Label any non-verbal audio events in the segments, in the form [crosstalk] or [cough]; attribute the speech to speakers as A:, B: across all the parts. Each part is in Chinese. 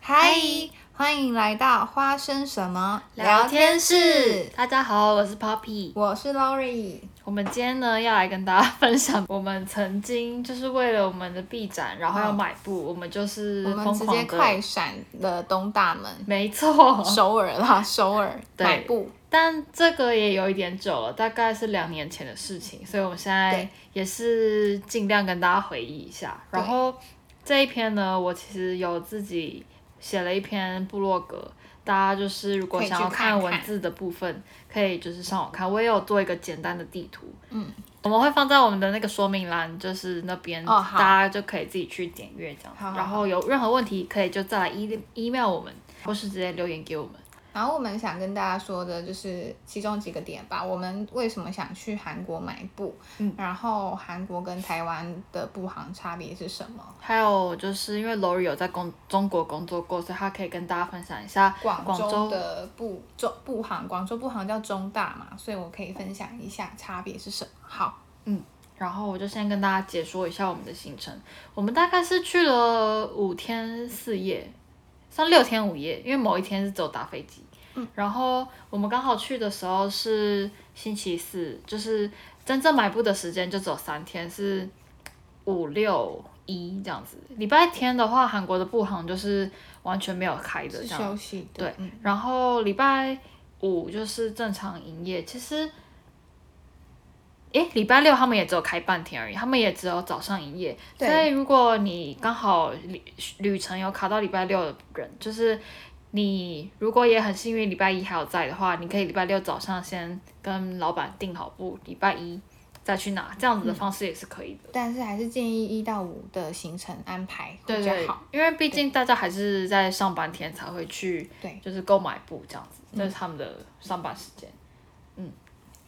A: 嗨，欢迎来到花生什么
B: 聊天室，，大家好，我是 Poppy。
A: 我是 Lori。
B: 我们今天呢要来跟大家分享，我们曾经就是为了我们的 B 展，然后要买布，我们就是
A: 我们
B: 疯
A: 直接
B: 狂
A: 快
B: 的，
A: 闪了东大门，
B: 没错。
A: 首尔
B: [laughs]
A: 啦，首尔
B: 对
A: 买布，
B: 但这个也有一点久了，大概是两年前的事情，所以我们现
A: 对
B: 在也是尽量跟大家回忆一下。
A: 对
B: 然后这一篇呢，我其实有自己写了一篇部落格，大家就是如果
A: 可以去
B: 想要
A: 看
B: 看
A: 看
B: 文字的部分，可以就是上网看。我也有做一个简单的地图，
A: 嗯，
B: 我们会放在我们的那个说明栏，就是那边、
A: 哦好
B: 大家就可以自己去点阅这样。
A: 好好
B: 然后有任何问题可以就再来 e email 我们，或是直接留言给我们。
A: 然后我们想跟大家说的就是其中几个点吧，我们为什么想去韩国买布，
B: 嗯
A: 然后韩国跟台湾的布行差别是什么？
B: 还有就是因为 Lori 有在工中国工作过，所以她可以跟大家分享一下
A: 广
B: 广
A: 州
B: 州
A: 的布中布行，广州布行叫中大嘛，所以我可以分享一下差别是什么。好，
B: 然后我就先跟大家解说一下我们的行程。我们大概是去了五天四夜，算六天五夜，因为某一天是只有搭飞机。嗯、然后我们刚好去的时候是星期四，就是真正买布的时间就只有三天，是五六一这样子。礼拜天的话，韩国的布行就是完全没有开的，
A: 是
B: 这样
A: 休息的
B: 对，然后礼拜五就是正常营业。其实，诶，礼拜六他们也只有开半天而已，他们也只有早上营业。
A: 对
B: 所以如果你刚好旅旅程有卡到礼拜六的人，就是你如果也很幸运礼拜一还有在的话，你可以礼拜六早上先跟老板订好布，礼拜一再去拿，这样子的方式也是可以的。
A: 但是还是建议一到五的行程安排会
B: 对
A: 比
B: 对
A: 较好。，
B: 因为毕竟大家还是在上班天才会去，
A: 对，嗯
B: 就是购买布这样子，这是他们的上班时间。嗯，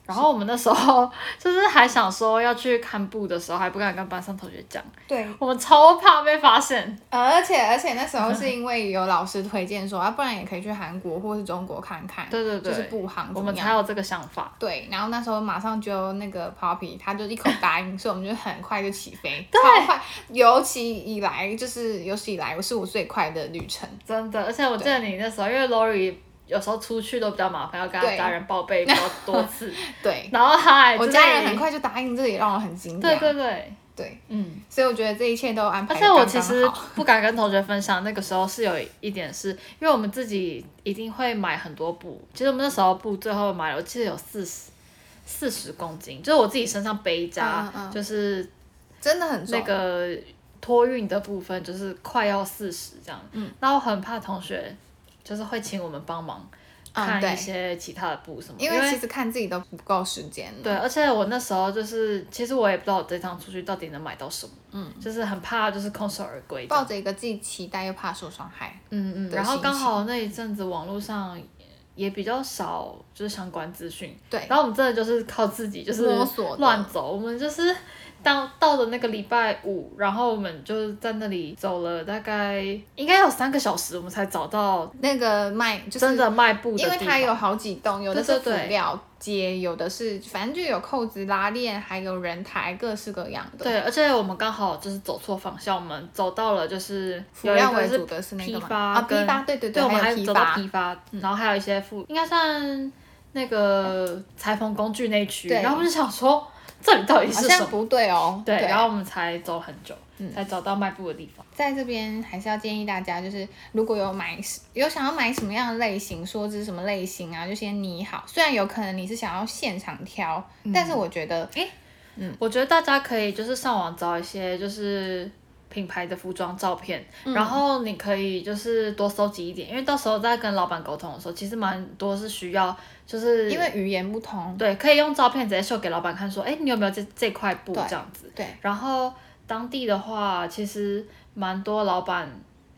B: 然后我们那时候就是还想说要去看布的时候，还不敢跟班上同学讲，
A: 对，
B: 我们超怕被发现。
A: 呃而且而且那时候是因为有老师推荐说，啊，不然也可以去韩国或是中国看看，
B: 对对对，
A: 就是布行
B: 我
A: 怎么
B: 们才
A: 样。
B: 有这个想法。
A: 对，然后那时候马上就那个 Poppy，他就一口答应，所以我们就很快就起飞，超快，尤其以来就是有史以来是我最快的旅程。
B: 真的，而且我记得你那时候，因为 Lori 有时候出去都比较麻烦，要跟他
A: 对
B: 家人报备比较多次，
A: [laughs] 对，
B: 然后他还
A: 我
B: 自
A: 家
B: 己
A: 人很快就答应，这也让我很惊讶。
B: 对对对，
A: 对
B: 嗯。
A: 所以我觉得这一切都安排
B: 而
A: 得刚
B: 且
A: 刚好。
B: 啊
A: [laughs]
B: 我其实不敢跟同学分享，那个时候是有一点是，因为我们自己一定会买很多布，其实我们那时候布最后买了，我记得有四十四十公斤，就是我自己身上背加，
A: 嗯嗯嗯
B: 就是
A: 真的很重
B: 那个托运的部分，就是快要四十这样。
A: 嗯，
B: 那我很怕同学就是会请我们帮忙
A: 嗯
B: 看
A: 对
B: 一些其他的布什么的，
A: 因
B: 因
A: 为其实看自己都不够时间了。
B: 对，而且我那时候就是，其实我也不知道我这趟出去到底能买到什么，嗯，就是很怕就是空手而归这样。
A: 抱着一个既期待又怕受伤害，
B: 嗯嗯，
A: 的
B: 然后
A: 心
B: 刚
A: 情
B: 好那一阵子网络上也比较少就是相关资讯，
A: 对，
B: 然后我们真的就是靠自己就是
A: 哎摸索的
B: 乱走，我们就是当到的那个礼拜五，然后我们就是在那里走了大概应该有三个小时，我们才找到
A: 那个卖就是
B: 真的卖布的地
A: 因
B: 方，
A: 为它有好几栋，有的是
B: 对
A: 辅
B: 对对
A: 料街，有的是反正就有扣子拉链，还有人台，各式各样的。
B: 对，而且我们刚好就是走错方向，我们走到了就是
A: 辅
B: 有一
A: 料
B: 个
A: 为
B: 是
A: 主的是那
B: 批
A: 个吗？
B: 发
A: 啊，批
B: 跟
A: 发，对对
B: 对，我们
A: 还有批
B: 走到
A: 发，
B: 批发，嗯然后还有一些副，应该算那个裁缝工具那一区。
A: 对
B: 然后我就想说，这里到底
A: 好
B: 是什
A: 像
B: 么？
A: 不对嗯哦。
B: 对，然后我们才走很久，才找到卖布的地方。
A: 在这边还是要建议大家，就是如果有买有想要买什么样的类型，说这是什么类型啊，就先拟好。虽然有可能你是想要现场挑，
B: 嗯
A: 但是我觉得嗯
B: 我觉得大家可以就是上网找一些就是品牌的服装照片，
A: 嗯
B: 然后你可以就是多搜集一点，因为到时候在跟老板沟通的时候，其实蛮多是需要就是
A: 因为语言不同，
B: 对，可以用照片直接秀给老板看，说，哎，你有没有这这块布
A: 对
B: 这样子？
A: 对。
B: 然后当地的话，其实蛮多老板，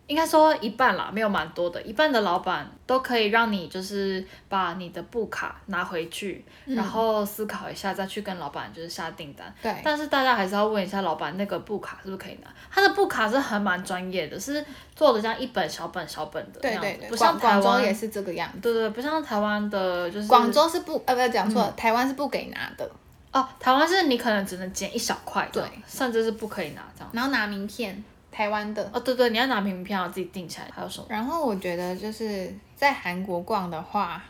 B: 应该说一半啦，没有蛮多的，一半的老板都可以让你就是把你的布卡拿回去，然后思考一下再去跟老板就是下订单。
A: 嗯对
B: 但是大家还是要问一下老板，那个布卡是不是可以拿？他的布卡是很蛮专业的，是做的像一本小本小本的那
A: 对
B: 样子，
A: 对对，
B: 不像
A: 广
B: 台
A: 广州
B: 湾
A: 也是这个样子。
B: 对对，不像台湾的，就是
A: 广州是不呃不是讲错，了，台湾是不给拿的，
B: 哦，台湾是你可能只能捡一小块，
A: 对，
B: 甚至是不可以拿这样。
A: 然后拿名片，台湾的。
B: 哦，对对，你要拿名片，要自己订起来。还有什么？
A: 然后我觉得就是在韩国逛的话，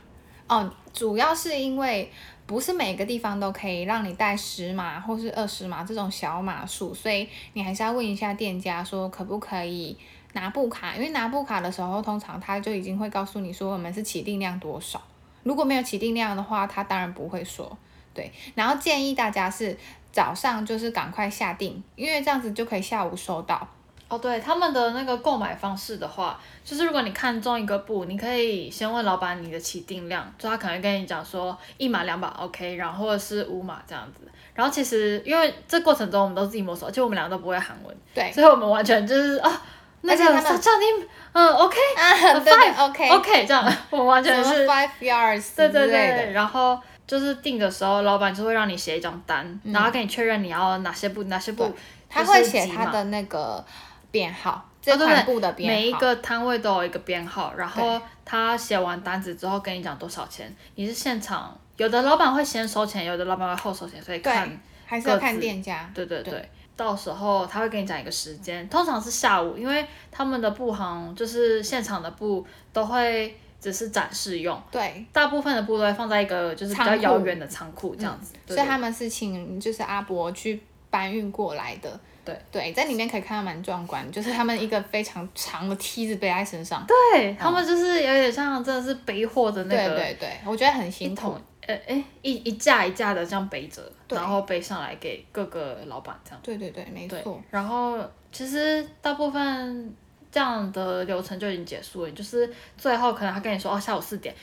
A: 哦，主要是因为不是每个地方都可以让你带十码或是二十码这种小码数，所以你还是要问一下店家说可不可以拿布卡，因为拿布卡的时候，通常他就已经会告诉你说我们是起订量多少，如果没有起订量的话，他当然不会说。对，然后建议大家是早上就是赶快下订，因为这样子就可以下午收到。
B: 哦，对，他们的那个购买方式的话，就是如果你看中一个布，你可以先问老板你的起订量，就他可能会跟你讲说一码两码 OK，然后或者是五码这样子。然后其实因为这过程中我们都自己摸索，而且我们两个都不会韩文，
A: 对
B: 所以我们完全就是啊、那
A: 而且
B: 个
A: 他们
B: 叫你嗯 OK
A: 啊，对 [laughs] 对
B: Five
A: ，OK
B: OK 这样，我完
A: 什
B: 全
A: 么
B: 是
A: five yards
B: 对
A: 之
B: 对
A: 类的，
B: 对，然后就是订的时候，老板就会让你写一张单，然后给你确认你要哪些布哪些布，
A: 嗯他
B: 就是
A: 会写
B: 几
A: 他
B: 码
A: 的那个编号，
B: 对
A: 这
B: 对
A: 款布的编号。
B: 每一个摊位都有一个编号，然后
A: 对
B: 他写完单子之后跟你讲多少钱，你是现场，有的老板会先收钱，有的老板会后收钱，所以
A: 对
B: 看，
A: 还是要
B: 各
A: 看
B: 自
A: 店家。
B: 对对对。到时候他会跟你讲一个时间，通常是下午，因为他们的布行就是现场的布都会只是展示用，
A: 对，
B: 大部分的布都会放在一个就是比较
A: 仓库
B: 遥远的仓库这样子。对
A: 所以他们是请就是阿伯去搬运过来的。
B: 对
A: 对，在里面可以看到蛮壮观，就是他们一个非常长的梯子背在身上。
B: 对他们就是有点像真的是背货的那
A: 对
B: 个
A: 对对，我觉得很
B: 一
A: 辛苦。
B: 桶，呃哎一一架一架的这样背着，
A: 对
B: 然后背上来给各个老板这样。
A: 对对对，没
B: 对
A: 错。，
B: 然后其实大部分这样的流程就已经结束了，就是最后可能他跟你说哦下午四点，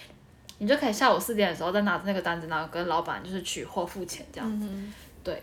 B: 你就可以下午四点的时候再拿着那个单子，然后跟老板就是取货付钱这样。
A: 嗯哼，
B: 对。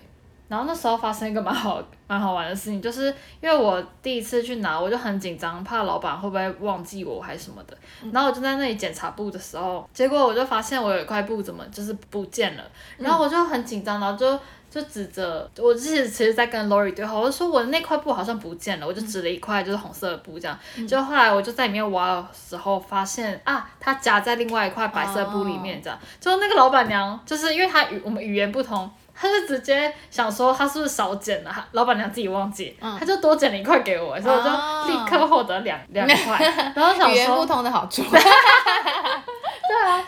B: 然后那时候发生一个蛮好蛮好玩的事情，就是因为我第一次去拿，我就很紧张，怕老板会不会忘记我还是什么的。然后我就在那里检查布的时候，结果我就发现我有一块布怎么就是不见了，然后我就很紧张，然后就就指着我自己，其实在跟 Lori 对话，我就说我的那块布好像不见了，我就指了一块就是红色的布这样。结果后来我就在里面挖的时候，发现啊，它夹在另外一块白色布里面这样。哦就那个老板娘，就是因为她语我们语言不同。她就直接想说，她是不是少捡了？她老板娘自己忘记，嗯她就多捡了一块给我，所以我就
A: 哦
B: 立刻获得两两块。 [laughs] 然后想
A: 语言不
B: 说，
A: 通的好处。
B: [laughs]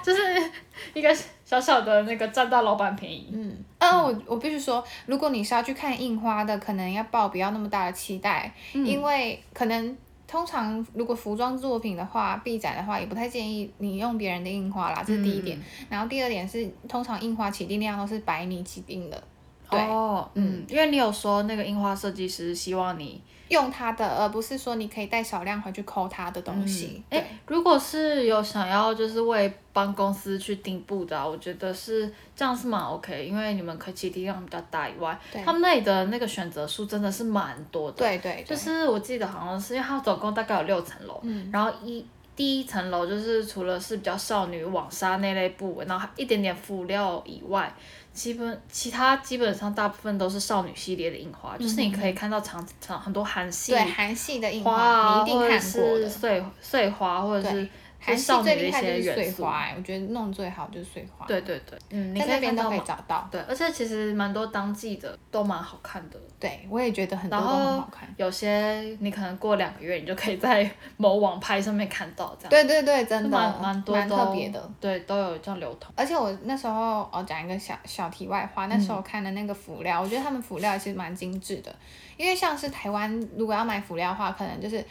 B: 就是一个小小的那个占到老板便宜。
A: 嗯，嗯，我我必须说，如果你是要去看印花的，可能要抱不要那么大的期待，
B: 嗯
A: 因为可能通常如果服装作品的话，毕展的话也不太建议你用别人的印花啦，这是第一点。
B: 嗯
A: 然后第二点是，通常印花起订量都是百米起订的，对
B: 哦，嗯，因为你有说那个樱花设计师希望你
A: 用它的，而不是说你可以带少量回去抠它的东西。
B: 哎、如果是有想要就是为帮公司去订布的、啊，我觉得是这样是蛮 OK，因为你们可以起订量比较大以外，
A: 对
B: 他们那里的那个选择数真的是蛮多的。
A: 对对
B: 就
A: 对，
B: 是我记得好像是因为它总共大概有六层楼，
A: 嗯
B: 然后一第一层楼就是除了是比较少女网纱那类部位，然后一点点辅料以外，基本其他基本上大部分都是少女系列的印花，就是你可以看到长长很多韩系
A: 嗯对韩系的印
B: 花啊，
A: 花，你一定
B: 或者
A: 看过
B: 是
A: 的。
B: 碎碎花，或者是
A: 对韩
B: 就
A: 系
B: 少女
A: 最
B: 的一
A: 厉害就
B: 些
A: 是
B: 元
A: 碎
B: 素。
A: 花、哎我觉得弄最好就是碎花。
B: 对对对，嗯，你
A: 在
B: 可
A: 那
B: 以看
A: 边都
B: 到
A: 可以
B: 嘛。
A: 找到。
B: 对，而且其实蛮多当季的都蛮好看的。
A: 对，我也觉得很多
B: 然
A: 都很
B: 后
A: 好看。
B: 有些你可能过两个月，你就可以在 [laughs] 某网拍上面看到这样，
A: 对对对，真的
B: 蛮蛮多都
A: 特别的。，
B: 对，都有这样流通。
A: 而且我那时候哦，讲一个小小题外话，那时
B: 嗯
A: 候看的那个辅料，我觉得他们辅料其实蛮精致的，因为像是台湾如果要买辅料的话，可能就是。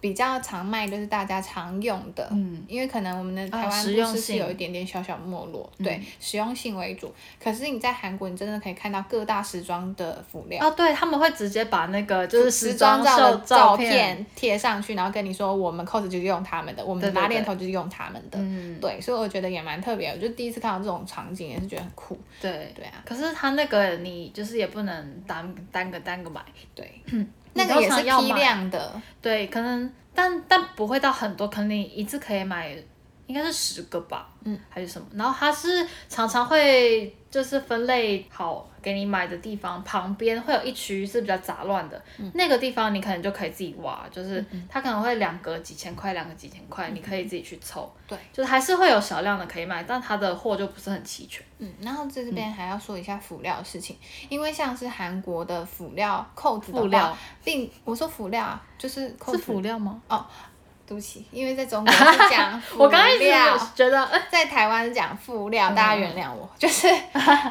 A: 比较常卖就是大家常用的，嗯，因为可能我们的
B: 啊
A: 台湾
B: 实
A: 布
B: 用
A: 是是
B: 性嗯
A: 有一点点小小没落，对，实用性为主。可是你在韩国，你真的可以看到各大时装的辅料，
B: 啊，对，他们会直接把那个就是时
A: 装
B: 秀
A: 照的
B: 照
A: 片贴上去，然后跟你说我们 cos 就是用他们的，我
B: 对
A: 们
B: 对
A: 拉
B: 对
A: 链头就是用他们的，
B: 嗯
A: 对，所以我觉得也蛮特别的。我就第一次看到这种场景，也是觉得很酷。
B: 对。
A: 对啊，
B: 可是他那个你就是也不能单单个单个买，
A: 对，
B: 你
A: [clears throat] 那个
B: 通
A: 也是
B: 常要
A: 批
B: 买
A: 量的，
B: 对，可能但但不会到很多，可能你一次可以买应该是十个吧，嗯，还是什么。然后它是常常会就是分类好给你买的地方旁边会有一区是比较杂乱的，那个地方你可能就可以自己挖，就是它可能会两格几千块，两个几千块，你可以自己去凑。
A: 对，
B: 就是还是会有少量的可以买，但它的货就不是很齐全。
A: 嗯，然后在这边还要说一下辅料的事情，因为像是韩国的辅料扣子的
B: 辅
A: 话，
B: 料
A: 并我说辅料啊，就是扣
B: 是
A: 子
B: 辅料吗？
A: 对不起，因为在中国是
B: [laughs]
A: 讲
B: 我刚开
A: 辅
B: 始有
A: 料
B: 觉得，哎、
A: 在台湾讲副料，
B: 嗯
A: 大家原谅我。 [laughs] 就是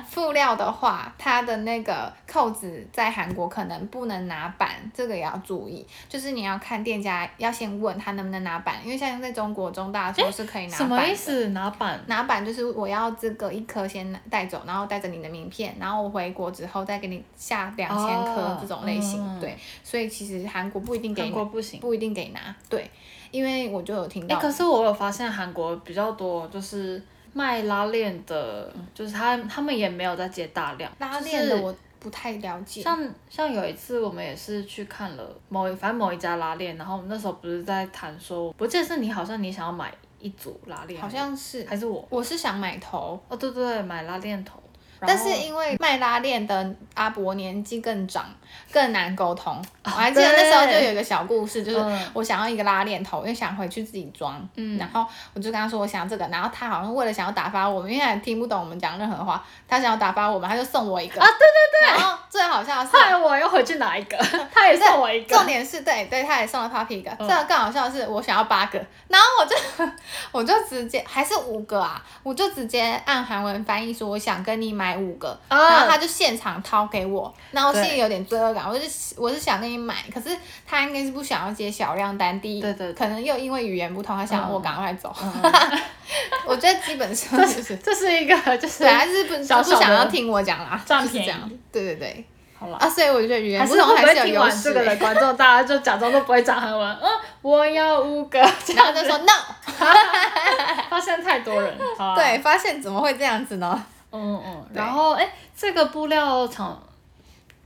A: 副料的话，它的那个扣子在韩国可能不能拿板，这个也要注意。就是你要看店家，要先问他能不能拿板，因为像在中国中大的时候是可以拿
B: [laughs]
A: 板
B: 什
A: 的。
B: 么意思？拿板？
A: 拿板就是我要这个一颗先拿带走，然后带着你的名片，然后我回国之后再给你下两千颗
B: 哦
A: 这种类型。
B: 嗯
A: 对，所以其实韩国不一定给
B: 韩国
A: 拿，
B: 不行。
A: 不一定给拿。对，因为我就有听
B: 哎、
A: 到。
B: 可是我有发现韩国比较多，就是卖拉链的，就是他他们也没有在接大量
A: 拉链的
B: 就是
A: 我不太了解。
B: 像像有一次我们也是去看了某一反正某一家拉链，然后我们那时候不是在谈说，我记得是你好像你想要买一组拉链，
A: 好像是，
B: 还是我
A: 我是想买头，
B: 哦对对对，买拉链头，然
A: 但
B: 后
A: 是因为卖拉链的阿伯年纪更长，更难沟通。我还记得那时候就有一个小故事，就是
B: 嗯
A: 我想要一个拉链头，因为想回去自己装，
B: 嗯
A: 然后我就跟他说我想要这个，然后他好像为了想要打发我们，因为他也听不懂我们讲任何话，他想要打发我们，他就送我一个
B: 啊
A: 对对对，然后最好笑的是
B: 后。来我又回去拿一 [laughs] 个，他也送我一
A: [laughs]
B: 个
A: 重，点是对对，他也送了 Papi 一个。
B: 嗯
A: 这个更好笑的是，我想要八个， [laughs] 然后我就我就直接还是五个啊，我就直接按韩文翻译说我想跟你买五个，
B: 啊
A: 然后他就现场掏给我，然后我心里
B: 对
A: 有点罪恶感，我是我是想跟你买，可是他应该是不想要接小量单，第一，
B: 对对对
A: 可能又因为语言不通，他想要我
B: 嗯
A: 赶快走。
B: 嗯
A: [laughs] 我觉得基本上
B: [laughs] 这
A: 就是是
B: 这是一个就是
A: 对，他是不
B: 小
A: 不
B: 小的
A: 想要听我讲啦，
B: 占
A: 就是
B: 便
A: 这
B: 宜
A: 样，对对对。
B: 好了。
A: 啊，所以我觉得语言
B: 还
A: 不
B: 是会
A: 通
B: 不会
A: 是
B: 听
A: 有优
B: 完
A: 势
B: 这
A: 欸、
B: 个的观众，大家就假装都不会讲韩文？嗯，我要五 [laughs] 个，这
A: 然
B: 样
A: 后就
B: 子
A: 说 no。
B: 发现太多人。好啊，
A: 对，发现怎么会这样子呢？
B: 嗯嗯，
A: 对
B: 然后哎，这个布料厂，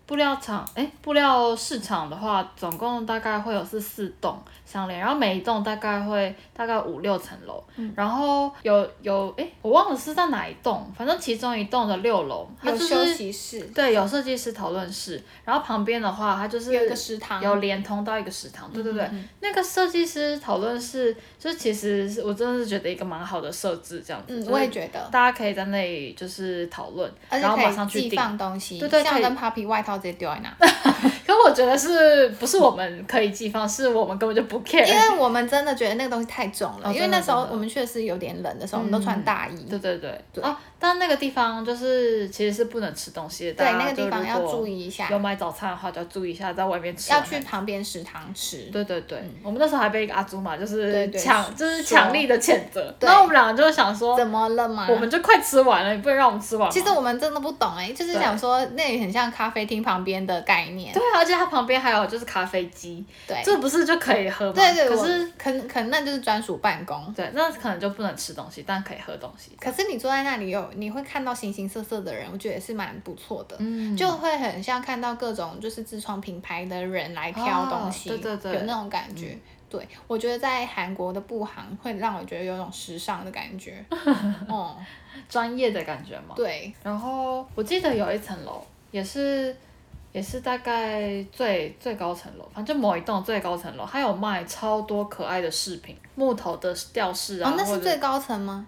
B: 布料厂哎，布料市场的话，总共大概会有是四栋相连，然后每一栋大概会大概五六层楼，
A: 嗯
B: 然后有有哎，我忘了是在哪一栋，反正其中一栋的六楼，它
A: 有
B: 就
A: 休
B: 是
A: 息室，
B: 对有设计师讨论室，然后旁边的话，它就是
A: 有一个食堂，嗯
B: 有连通到一个食堂，对对对，那个设计师讨论室，就是其实是我真的是觉得一个蛮好的设置，这样子，
A: 嗯，
B: 就是
A: 我也觉得，
B: 大家可以在那里就是讨论，
A: 而
B: 然后马
A: 且
B: 上
A: 可以
B: 去
A: 寄
B: 订。
A: 放东西，
B: 对对可
A: 像
B: 以
A: 跟 Papi 外套直接丢在那，
B: 可我觉得是不是我们可以寄放，是我们根本就不
A: 因
B: care。
A: 为我们真的觉得那个东西太重了，
B: 哦
A: 因为
B: 真的
A: 那时候
B: 真的
A: 我们确实有点冷的时候，我们都穿大衣，
B: 对对对，
A: 对
B: 啊，但那个地方就是其实是不能吃东西的，
A: 对，
B: 大
A: 那
B: 家
A: 个地
B: 就
A: 方
B: 如
A: 要
B: 果
A: 注意一下，
B: 有买早餐的话就要注意一下，在外面吃
A: 要
B: 完
A: 去
B: 再。
A: 旁边食堂吃。
B: 对对对，我们那时候还被一个阿祖玛就
A: 对
B: 是
A: 对
B: 强，就是强力的谴责。
A: 对
B: 然后我们两个就想说，
A: 怎么了嘛？
B: 我们就快吃完了，你不能让我们吃完吗。
A: 其实我们真的不懂哎、就是
B: 对
A: 想说那也很像咖啡厅旁边的概念，
B: 对啊，而且它旁边还有就是咖啡机，
A: 对
B: 这不是就可以喝吗？
A: 对对，
B: 可
A: 我
B: 是
A: 可能可能那就是专属办公。
B: 对，那可能就不能吃东西，但可以喝东西。
A: 可是你坐在那里有，你会看到形形色色的人，我觉得也是蛮不错的，
B: 嗯
A: 就会很像看到各种就是自创品牌的人来挑东西，
B: 哦对对对嗯
A: 有那种感觉。对，我觉得在韩国的布行会让我觉得有种时尚的感
B: [laughs]
A: 觉。哦、
B: 专业的感觉嘛。
A: 对，
B: 然后我记得有一层楼也是。也是大概最最高层楼，反正就某一栋最高层楼，它有卖超多可爱的饰品，木头的吊饰啊，
A: 哦，那
B: 或
A: 是
B: 者
A: 最高层吗？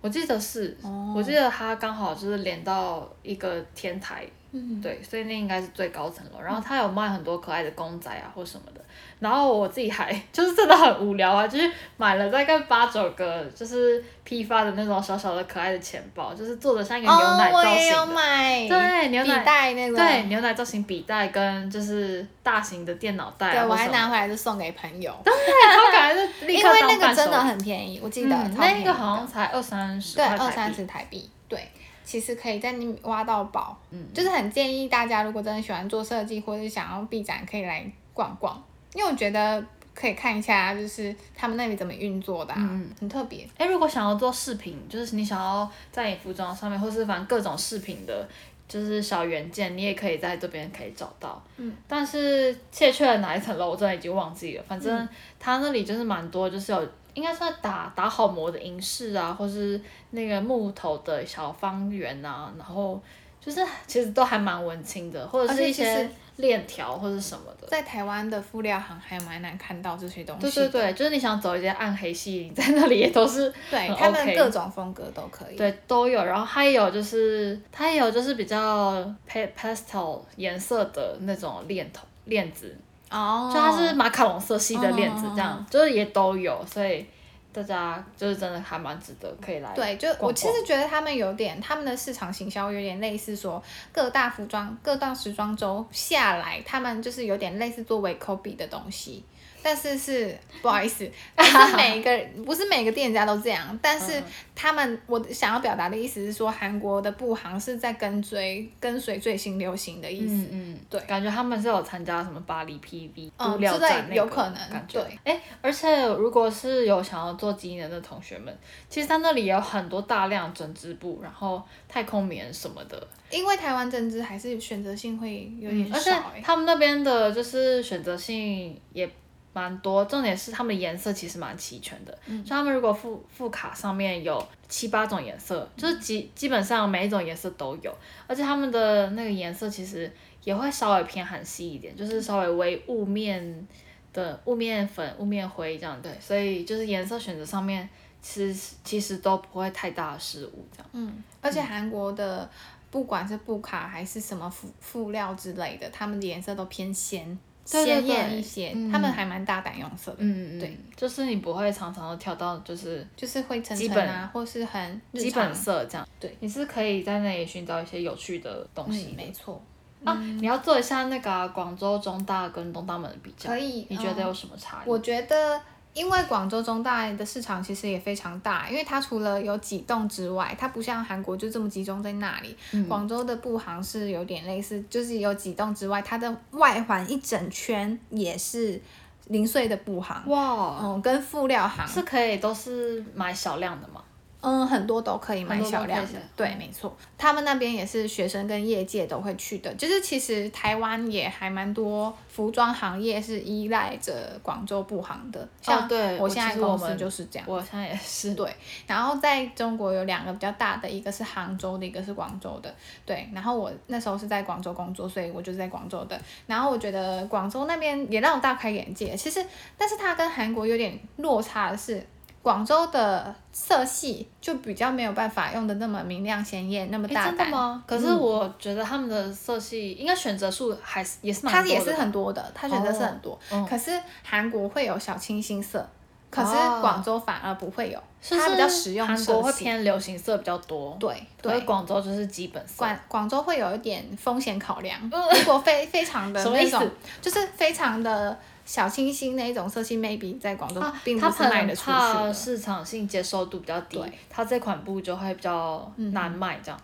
B: 我记得是，
A: 哦
B: 我记得它刚好就是连到一个天台，
A: 嗯，
B: 对，所以那应该是最高层楼。然后它有卖很多可爱的公仔啊或什么的。然后我自己还 [laughs] 就是真的很无聊啊，就是买了大概八九个，就是批发的那种小小的可爱的钱包，就是做的像一个牛
A: 哦
B: 奶，
A: 我
B: 造
A: 也有
B: 型的，
A: 买，
B: 对，牛
A: 笔
B: 奶。
A: 袋那个，
B: 对，牛奶造型笔袋跟就是大型的电脑袋、
A: 对，
B: 啊，
A: 我还拿
B: 回
A: 回来就送给朋友，
B: 来，超可爱，就立
A: 因
B: 刻
A: 为
B: 当
A: 那个
B: 伴手
A: 真的
B: 礼。
A: 很便宜，我记得、
B: 嗯，
A: 超便
B: 那
A: 宜
B: 个
A: 的
B: 好像才二三十
A: 对，
B: 块
A: 二
B: 台
A: 三
B: 币。
A: 十台币，对，其实可以在那挖到宝，嗯，就是很建议大家，如果真的喜欢做设计或者是想要臂展，可以来逛逛，因为我觉得可以看一下，就是他们那里怎么运作的、啊，嗯，很特别，
B: 哎，如果想要做饰品，就是你想要在你服装上面，或是反正各种饰品的，就是小元件，你也可以在这边可以找到。
A: 嗯，
B: 但嗯是欠缺了哪一层楼，我真的已经忘记了。反正它那里就是蛮多，就是有应该算打打好磨的银饰啊，或是那个木头的小方圆啊，然后就是其实都还蛮文青的，或者
A: 而
B: 是
A: 且
B: 一
A: 其
B: 些
A: 实
B: 链条或是什么的。
A: 在台湾的布料行还蛮难看到这些东西
B: 对
A: 的。
B: 对对，就是你想走一些暗黑系，你在那里也都是
A: 对
B: 很
A: 他们
B: OK
A: 各种风格都可以。
B: 对，都有。然后还有就是，它也有就是比较 pa- pastel 颜色的那种链头链子，
A: 哦
B: 就它是马卡龙色系的链子
A: 嗯嗯嗯，嗯
B: 这样、就是也都有，所以大家就是真的还蛮值得可以来。
A: 对，就
B: 逛
A: 我
B: 逛
A: 其实觉得他们有点，他们的市场行销有点类似说各大服装、各大时装周下来，他们就是有点类似作为 copy 的东西，但是是不好意思，不是每一个不是每个店家都这样，但是
B: 嗯
A: 他们我想要表达的意思是说，韩国的布行是在跟追跟随最新流行的意思。
B: 嗯嗯，
A: 对
B: 感觉他们是有参加什么巴黎 PV
A: 嗯
B: 布料
A: 之类
B: 展那个
A: 有可能
B: 感觉
A: 对。
B: 哎，而且如果是有想要做机能的同学们，其实在那里也有很多大量针织布，然后太空棉什么的，
A: 因为台湾政治还是选择性会有点
B: 嗯，而
A: 少、
B: 且
A: 欸
B: 他们那边的就是选择性也蛮多，重点是他们的颜色其实蛮齐全的，嗯、就他们如果副副卡上面有七八种颜色，就是基基本上每一种颜色都有，而且他们的那个颜色其实也会稍微偏韩系一点，就是稍微微雾面的雾面粉、雾面灰这样对，所以就是颜色选择上面其实其实都不会太大的失误这样。
A: 嗯，而且韩国的不管是布卡还是什么辅辅料之类的，他们的颜色都偏鲜
B: 对对
A: 鲜艳
B: 对
A: 一些，
B: 嗯
A: 他们还蛮大胆用色的，
B: 嗯嗯，
A: 对，
B: 就是你不会常常都跳到就是
A: 就是会层
B: 基
A: 层
B: 本
A: 啊，或是很日
B: 基
A: 常
B: 本色这样。
A: 对，
B: 你是可以在那里寻找一些有趣的东西
A: 嗯，
B: 的、
A: 没错，
B: 啊。你要做一下那个啊、广州中大跟东大门的比较，
A: 可以
B: 你觉得
A: 嗯
B: 有什么差异？
A: 我觉得。因为广州中大的市场其实也非常大，因为它除了有几栋之外，它不像韩国就这么集中在那里。
B: 嗯
A: 广州的布行是有点类似，就是有几栋之外，它的外环一整圈也是零碎的布行，
B: 哇，
A: 嗯，跟辅料行
B: 是可以都是买少量的嘛？
A: 嗯，很多都可以买
B: 很多都
A: 小量
B: 可以嗯
A: 的
B: 的，
A: 对，没错。他们那边也是学生跟业界都会去的，就是其实台湾也还蛮多服装行业是依赖着广州布行的，像
B: 哦对
A: 我
B: 我
A: 现在
B: 其实我
A: 公司
B: 们
A: 就是这样。
B: 我现在也是，
A: 对，然后在中国有两个比较大的，一个是杭州的，一个是广州的。对，然后我那时候是在广州工作，所以我就是在广州的。然后我觉得广州那边也让我大开眼界。其实，但是它跟韩国有点落差的是，广州的色系就比较没有办法用的那么明亮鲜艳，那么
B: 诶
A: 大
B: 真的
A: 胆。
B: 吗？嗯可是我觉得他们的色系应该选择数还是也是蛮
A: 它
B: 多的
A: 也
B: 吧，
A: 是很多的，它选择是很多。
B: 嗯
A: 可是韩国会有小清新色，可是
B: 哦
A: 广州反而不会有，
B: 是不
A: 它
B: 是
A: 比较实用色
B: 韩
A: 系。
B: 国会偏流行色比较多，
A: 对
B: 可
A: 对
B: 是，广州就是基本色，
A: 广广州会有一点风险考量，如果非非常
B: [laughs]
A: 的
B: 什么
A: 那
B: 意思
A: 种，就是非常的小清新那一种色系，maybe 在广州
B: 啊
A: 并
B: 它
A: 不是卖
B: 很
A: 得出去
B: 怕
A: 的。
B: 市场性接受度比较低
A: 对，
B: 它这款布就会比较难卖这样。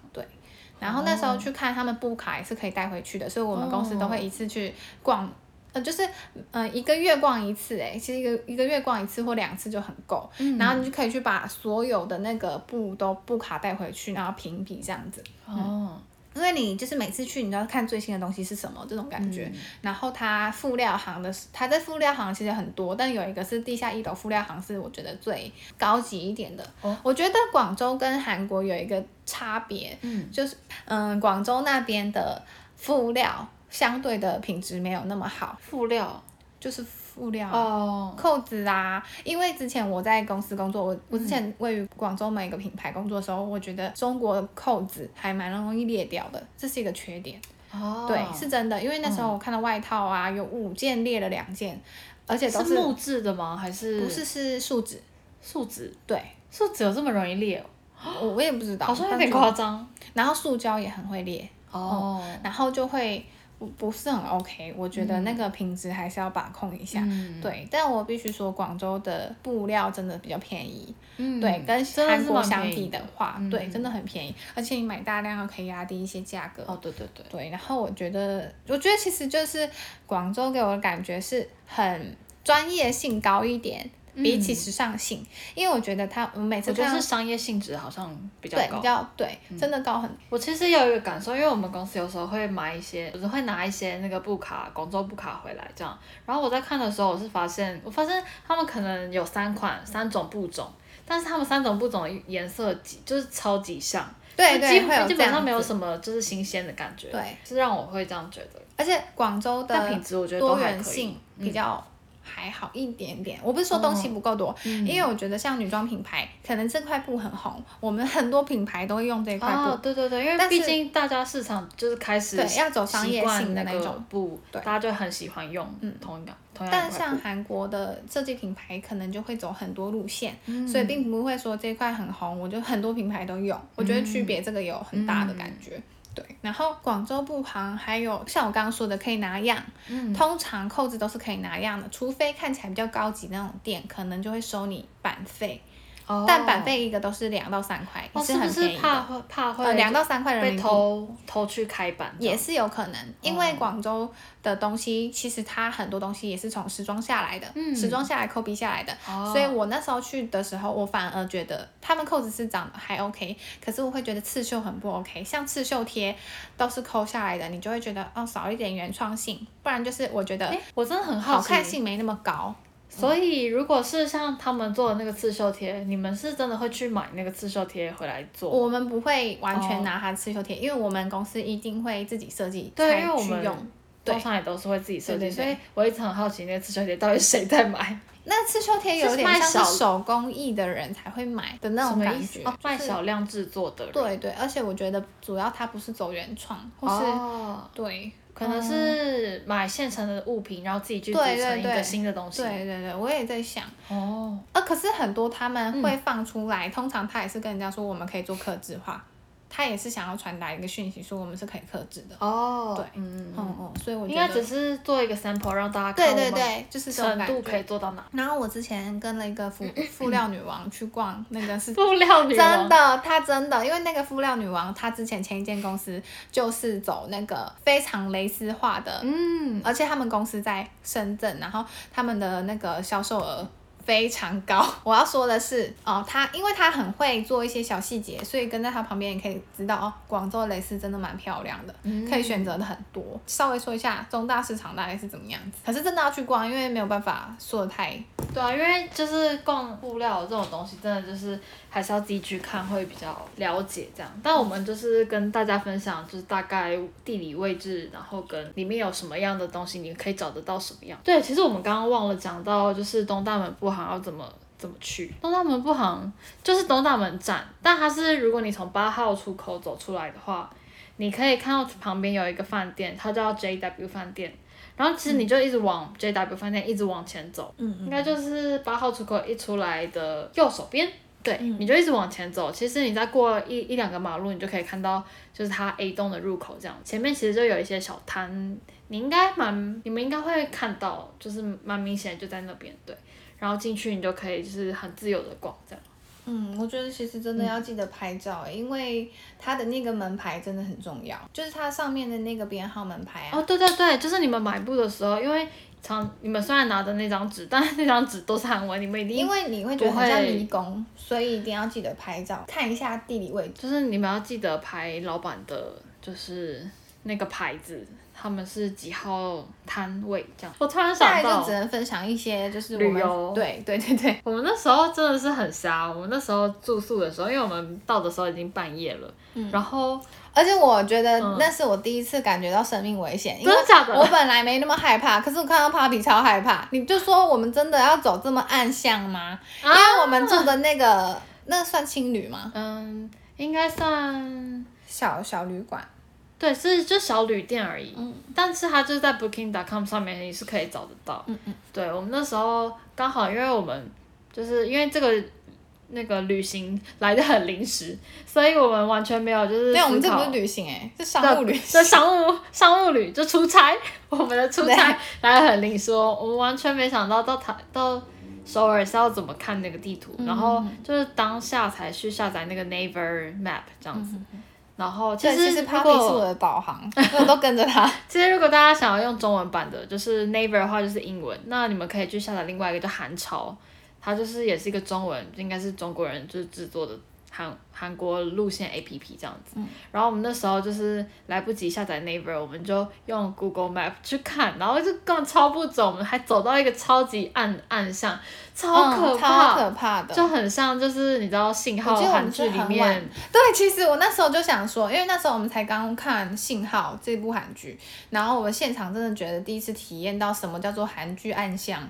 A: 然后那时候去看他们布卡也是可以带回去的，所以我们公司都会一次去逛，呃，就是呃一个月逛一次、欸，其实一个一个月逛一次或两次就很够，
B: 嗯
A: 然后你就可以去把所有的那个布都布卡带回去，然后评比这样子。
B: 哦，
A: 因为你就是每次去，你都要看最新的东西是什么这种感
B: 嗯
A: 觉。然后它辅料行的，它在辅料行其实很多，但有一个是地下一楼辅料行，是我觉得最高级一点的。
B: 哦
A: 我觉得广州跟韩国有一个差别，
B: 嗯
A: 就是嗯，广州那边的辅料相对的品质没有那么好，
B: 布料
A: 就是辅料啊
B: 哦，
A: 扣子啊，因为之前我在公司工作，我我之前位于广州某一个品牌工作的时候，我觉得中国的扣子还蛮容易裂掉的，这是一个缺点。
B: 哦，
A: 对，是真的，因为那时候我看到外套啊，有五件裂了两件，而且都
B: 是木质的吗？还是
A: 不是是树脂？
B: 树脂？
A: 对，
B: 树脂有这么容易裂哦？
A: 我我也不知道，
B: 好像有
A: 但
B: 点
A: 是
B: 夸张
A: 然后塑胶也很会裂，
B: 哦。
A: 然后就会不不是很 OK，我觉得那个品质还是要把控一下。
B: 嗯
A: 对，但我必须说，广州的布料真的比较便宜，
B: 嗯
A: 对，跟
B: 真的
A: 韩
B: 是
A: 国
B: 蛮
A: 相
B: 便宜
A: 比的话，
B: 嗯
A: 对，真的很便宜，而且你买大量又可以压低一些价格。
B: 哦，对对对，
A: 对，然后我觉得，我觉得其实就是广州给我的感觉是很专业性高一点，比起时尚性，因为我觉得它，我每
B: 嗯我
A: 次
B: 觉得
A: 看到
B: 是商业性质好像比较
A: 对
B: 高嗯
A: 比。较对，真的高很
B: 我其实也有一个感受，因为我们公司有时候会买一些，就是会拿一些那个布卡，广州布卡回来这样。然后我在看的时候，我是发现，我发现他们可能有三款、三种布种，但是他们三种布种的颜色几就是超级像，
A: 对
B: 就
A: 对，
B: 几
A: 会有
B: 乎基
A: 这
B: 本上
A: 样
B: 没有
A: 子。
B: 什么就是新鲜的感觉，
A: 对，
B: 是让我会这样觉得。
A: 而且广州
B: 但
A: 的
B: 品质我觉得都
A: 多
B: 还
A: 元
B: 可以嗯
A: 性。比较还好一点点。我不是说东
B: 哦
A: 西不够多，
B: 嗯
A: 因为我觉得像女装品牌，可能这块布很红，我们很多品牌都会用这块布。
B: 哦，对对对，因为
A: 但是
B: 毕竟大家市场就是开始
A: 对要走商业性的
B: 习惯那
A: 那
B: 个
A: 种
B: 布，
A: 对嗯
B: 大家就很喜欢用同一个同样
A: 但
B: 一块布
A: 像韩国的设计品牌，可能就会走很多路线，
B: 嗯
A: 所以并不会说这块很红，我就很多品牌都有。我觉得区
B: 嗯
A: 别这个有很大的感觉。对，然后广州布行还有像我刚刚说的可以拿样，
B: 嗯
A: 通常扣子都是可以拿样的，除非看起来比较高级那种店，可能就会收你版费，
B: 哦
A: 但版费一个都是两到三块，也
B: 哦，是不
A: 很
B: 是
A: 便宜的。
B: 怕会怕会
A: 呃，两到三块人
B: 被
A: 民币
B: 偷哦偷去开版这样？
A: 也是有可能，因为广州的东西、其实它很多东西也是从时装下来的，时装下来 copy 下来的，
B: 嗯哦
A: 所以我那时候去的时候，我反而觉得他们扣子是长得还 OK，可是我会觉得刺绣很不 OK，像刺绣贴都是抠下来的，你就会觉得哦少一点原创性，不然就是我觉得
B: 诶我真的很
A: 好
B: 好奇
A: 看性没那么高。
B: 所以如果是像他们做的那个刺绣贴，你们是真的会去买那个刺绣贴回来做？
A: 我们不会完
B: 哦
A: 全拿它刺绣贴，因为我们公司一定会自己设计
B: 对，
A: 才
B: 因为我
A: 去
B: 们
A: 用。对
B: 通常也都是会自己设计，
A: 对对对
B: 所以我一直很好奇那个刺绣贴到底谁在买？
A: 那刺绣贴有
B: 是
A: 点
B: 卖
A: 像
B: 少
A: 是手工艺的人才会买的那
B: 什
A: 种
B: 么
A: 感
B: 意思
A: 觉？，
B: 哦，卖
A: 就是
B: 少量制作的人，
A: 对对，而且我觉得主要它不是走原创，或是、
B: 哦
A: 对
B: 可能是买现成的物品，然后自己去组
A: 对对
B: 成一个
A: 对
B: 新的东西。
A: 对对对，我也在想，
B: 哦，
A: 呃，可是很多他们
B: 嗯
A: 会放出来，通常他也是跟人家说我们可以做克制化，他也是想要传达一个讯息，说我们是可以克制的。
B: 哦，
A: 对
B: 嗯，
A: 嗯嗯，所以我
B: 应
A: 觉
B: 该只
A: 得
B: 是做一个 sample 让大家看
A: 对
B: 我
A: 对
B: 们
A: 对，就是这种
B: 程
A: 感
B: 度可以
A: 觉。
B: 做到哪。
A: 然后我之前跟了一个
B: [laughs]
A: 辅辅料女王去逛那个是
B: 布料女
A: 真
B: 王，
A: 的，她真的，因为那个敷料女王，她之前前一间公司就是走那个非常蕾丝化的，
B: 嗯，
A: 而且他们公司在深圳，然后他们的那个销售额。非常高。 [laughs] 我要说的是，哦，她因为她很会做一些小细节，所以跟在她旁边也可以知道，哦，广州的蕾丝真的蛮漂亮的，
B: 嗯
A: 可以选择的很多。稍微说一下中大市场大概是怎么样子，可是真的要去逛，因为没有办法说的太
B: 对啊，因为就是逛布料这种东西，真的就是还是要自己去看会比较了解这样。但我们就是跟大家分享，就是大概地理位置，然后跟里面有什么样的东西，你可以找得到什么样。对，其实我们刚刚忘了讲到，就是东大门布行要怎么。怎么去东大门布行？就是东大门站，但它是如果你从八号出口走出来的话，你可以看到旁边有一个饭店，它叫 JW 饭店。然后其实你就一直往 JW 饭店一直往前走，嗯，应该就是八号出口一出来的右手边，对，你就一直往前走。其实你再过一一两个马路，你就可以看到就是它 A 栋的入口这样。前面其实就有一些小摊，你应该蛮你们应该会看到，就是蛮明显就在那边，对。然后进去你就可以就是很自由的逛这样。
A: 嗯，我觉得其实真的要记得拍照、欸因为它的那个门牌真的很重要，就是它上面的那个编号门牌啊。
B: 哦，对对对，就是你们买布的时候，因为常你们虽然拿的那张纸，但是那张纸都是韩文，你们一定
A: 因为你会觉得
B: 不
A: 很像
B: 会
A: 迷宫，所以一定要记得拍照，看一下地理位置。
B: 就是你们要记得拍老板的，就是那个牌子，他们是几号摊位这样。我突然
A: 下
B: 想
A: 来就
B: 到
A: 只，能分享一些就是我
B: 旅
A: 们
B: 游
A: 对对对对，
B: 我们那时候真的是很瞎。我们那时候住宿的时候，因为我们到的时候已经半夜了，然后
A: 而且我觉得那是我第一次感觉到生命危险，因
B: 嗯真
A: 为
B: 的假的
A: 我本来没那么害怕，可是我看到 Papi 超害怕。你就说我们真的要走这么暗巷吗？因
B: 啊
A: 为我们住的那个那算青旅吗？
B: 嗯，应该算
A: 小小旅馆。
B: 对，是就小旅店而已。
A: 嗯
B: 但是它就是在 Booking.com 上面也是可以找得到。
A: 嗯嗯。
B: 对我们那时候刚好，因为我们就是因为这个那个旅行来的很临时，所以我们完全没有就是
A: 对，我们
B: 思
A: 这
B: 考
A: 不是旅行哎、是商务旅
B: 对
A: 行。
B: 啊商务商务旅就出差，我们的出差
A: 对
B: 来得很灵说，我们完全没想到到台到首尔是要怎么看那个地图，
A: 嗯
B: 然后就是当下才去下载那个 Naver Map 这样子。然后其
A: 嗯 [laughs] 对，
B: 实
A: 其实
B: 如
A: Papi 是我
B: 果
A: 的导
B: [laughs]
A: 航，我都跟着他。
B: 其实如果大家想要用中文版的，就是 Naver 的话就是英文，那你们可以去下载另外一个叫韩潮，它就是也是一个中文，应该是中国人就是制作的韩韩国路线 A P P 这样
A: 嗯
B: 子。然后我们那时候就是来不及下载 Naver，我们就用 Google Map 去看，然后就根本超不准，我们还走到一个超级暗暗巷，超可
A: 嗯超
B: 怕，
A: 可怕的。
B: 就很像就是你知道信号
A: 我记得我
B: 韩
A: 们
B: 剧
A: 是
B: 里
A: 很晚
B: 面，，
A: 对，其实我那时候就想说，因为那时候我们才刚看《信号》这部韩剧，然后我们现场真的觉得第一次体验到什么叫做韩剧暗巷，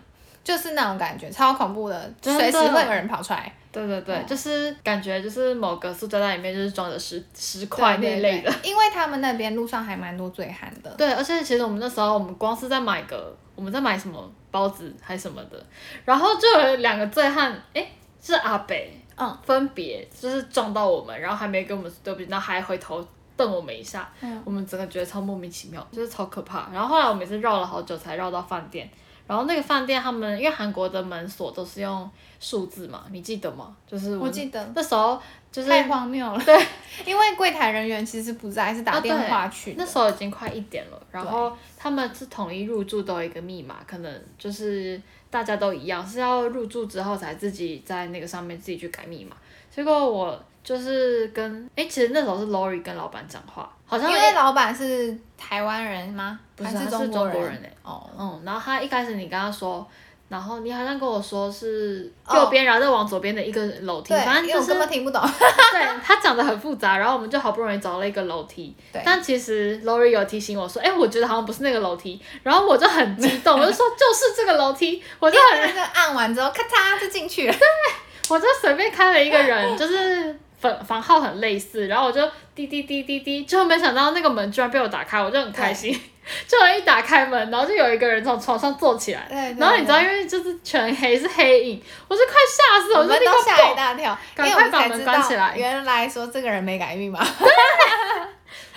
A: 就是那种感觉，超恐怖的，
B: 真
A: 随
B: 的
A: 时会有人跑出来。
B: 对对对，
A: 嗯
B: 就是感觉就是某个塑胶袋里面就是装着十十块
A: 对对
B: 那类的。
A: 对因为他们那边路上还蛮多醉汉的。
B: 对，而且其实我们那时候，我们光是在买个，我们在买什么包子还什么的，然后就有两个醉汉，诶，是阿北，
A: 嗯，
B: 分别就是撞到我们，然后还没跟我们说对不起，然后还回头瞪我们一下，
A: 嗯
B: 我们整个觉得超莫名其妙，就是超可怕。然后后来我们也是绕了好久才绕到饭店，然后那个饭店他们因为韩国的门锁都是用数字嘛，你记得吗？就是
A: 我记得
B: 那时候就是
A: 太荒谬了，
B: 对，
A: [laughs] 因为柜台人员其实不在，是打
B: 啊对
A: 电话去的。
B: 那时候已经快一点了，然后他们是统一入住都有一个密码，可能就是大家都一样，是要入住之后才自己在那个上面自己去改密码。结果我就是跟哎、其实那时候是 Lori 跟老板讲话，好像
A: 因为老板是台湾人吗？
B: 不是
A: 还
B: 他是
A: 中
B: 中国
A: 人？
B: 人欸
A: 哦，
B: 嗯，然后他一开始你跟他说。然后你好像跟我说是
A: 哦
B: 右边然后再往左边的一个楼梯，
A: 对，
B: 反正
A: 因为
B: 就
A: 我
B: 是
A: 根本听不懂。
B: 对他讲的很复杂，然后我们就好不容易找了一个楼梯
A: 对，
B: 但其实 Lori 有提醒我说，哎、我觉得好像不是那个楼梯，然后我就很激动，我就说就是这个楼梯， [laughs] 我就
A: [laughs] 那个按完之后，咔嚓就进去了。
B: 我就随便开了一个人，就是房房号很类似，然后我就滴滴滴滴滴，结果没想到那个门居然被我打开，我就很开心， [laughs] 就一打开门，然后就有一个人从床上坐起来。
A: [laughs] 对对
B: 然后你知道，
A: 对
B: 因为就是全黑是黑影，我就快吓死
A: 我
B: 了，我就
A: 们
B: 立刻
A: 都吓一
B: 蹦。
A: 大跳，因
B: 赶
A: 为我
B: 快
A: 们
B: 把
A: 才
B: 门
A: 知
B: 关起
A: 道
B: 来
A: 原来说这个人没改密码，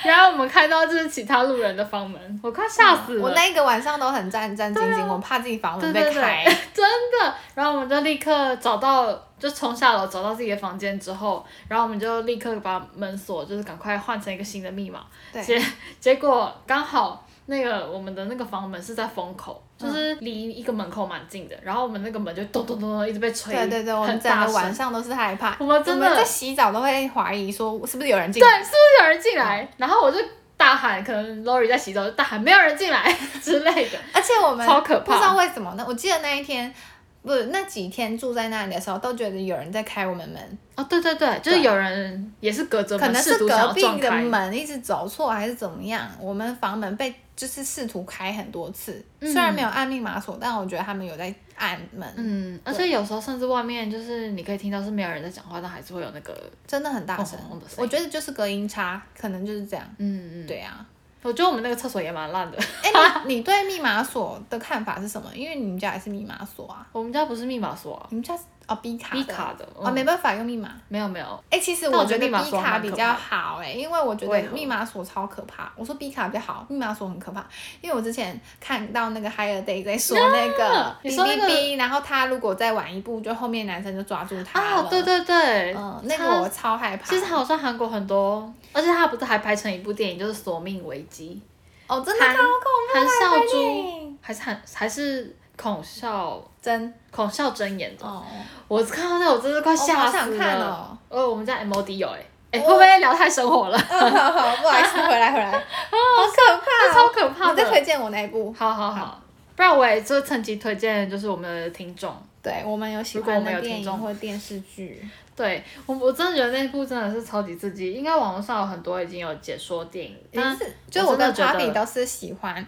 B: 然后我们看到就是其他路人的房门，我快吓死了。
A: 嗯我那个晚上都很战战兢兢，我怕自己房门
B: 对啊
A: 被
B: 对
A: 开。
B: 对，真的。然后我们就立刻找到，就冲下楼找到自己的房间之后，然后我们就立刻把门锁，就是赶快换成一个新的密码。
A: 对
B: 结结果刚好那个我们的那个房门是在风口，就是离一个门口蛮近的，然后我们那个门就咚咚咚咚一直被吹，
A: 对对对，我们
B: 很
A: 整
B: 大
A: 个
B: 声。
A: 晚上都是害怕，
B: 我们真的
A: 我在洗澡都会怀疑说是不是有人进
B: 对，
A: 来。
B: 是不是有人进来？然后我就大喊，可能 Lori 在洗澡就大喊没有人进来 [laughs] 之类的。
A: 而且我们
B: 超可怕
A: 不知道为什么呢？我记得那一天，不是那几天住在那里的时候，都觉得有人在开我们门，
B: 哦，对对对，就是有人也是隔着
A: 可
B: 门
A: 能
B: 试
A: 是
B: 图想
A: 隔
B: 要
A: 壁
B: 撞
A: 的
B: 开。
A: 门一直走错还是怎么样，我们房门被就是试图开很多次，
B: 嗯
A: 虽然没有按密码锁，但我觉得他们有在按门，
B: 嗯，而且有时候甚至外面就是你可以听到是没有人在讲话，但还是会有那个，
A: 真的很大声
B: 轰轰的声音。
A: 我觉得就是隔音差，可能就是这样。
B: 嗯嗯，
A: 对啊，
B: [laughs] 我觉得我们那个厕所也蛮烂的。 [laughs]
A: 哎、你你对密码锁的看法是什么？因为你们家也是密码锁啊，
B: 我们家不是密码锁啊
A: 你们家是哦 B 卡
B: ，B
A: 的
B: 卡的，
A: 哦，
B: 嗯
A: 没办法用密码。
B: 没有没有，
A: 哎、其实
B: 但我
A: 我
B: 觉
A: 觉
B: 得
A: 得
B: 密码
A: B
B: 锁
A: 卡
B: 蛮
A: 比
B: 可
A: 较
B: 怕的
A: 好哎、因为我觉
B: 为何
A: 得密码锁超可怕。我说 B 卡比较好，密码锁很可怕，因为我之前看到那个 Higher Day 在说那个
B: 啊你
A: 哔
B: 说那
A: 哔
B: 个
A: 哔，然后他如果再晚一步，就后面男生就抓住他
B: 啊，
A: 了
B: 对，对对，
A: 嗯，那
B: 它
A: 个我超害怕。
B: 其实好像韩国很多，而且它不是还拍成一部电影，就是《索命危机
A: 哦，真的超
B: 韩
A: 恐》，
B: 韩孝
A: 怖
B: 珠
A: 欸，
B: 还是韩还是孔孝
A: 真
B: 孔孝真演的。
A: 哦，
B: 我看到那我真是快
A: 哦
B: 吓
A: 好想
B: 死
A: 看
B: 了 [laughs]
A: 哦。
B: 哦，我们家 MOD 有哎，哎，
A: 哦
B: 会不会聊太生活了？
A: 嗯好好，不好意思，回来回来，好可怕、哦，
B: [laughs] 超可怕的
A: 你再推荐我那一部，
B: 好好好，不然我也就趁机推荐，就是我们的听众。
A: 对我们有喜
B: 如果我
A: 欢
B: 们有
A: 的
B: 听
A: 电
B: 众
A: 影或电视剧。
B: 对我，我真的觉得那部真的是超级刺激，应该网络上有很多已经有解说电影，但
A: 是，就嗯我跟
B: 真的觉
A: Papi
B: 得
A: 都是喜欢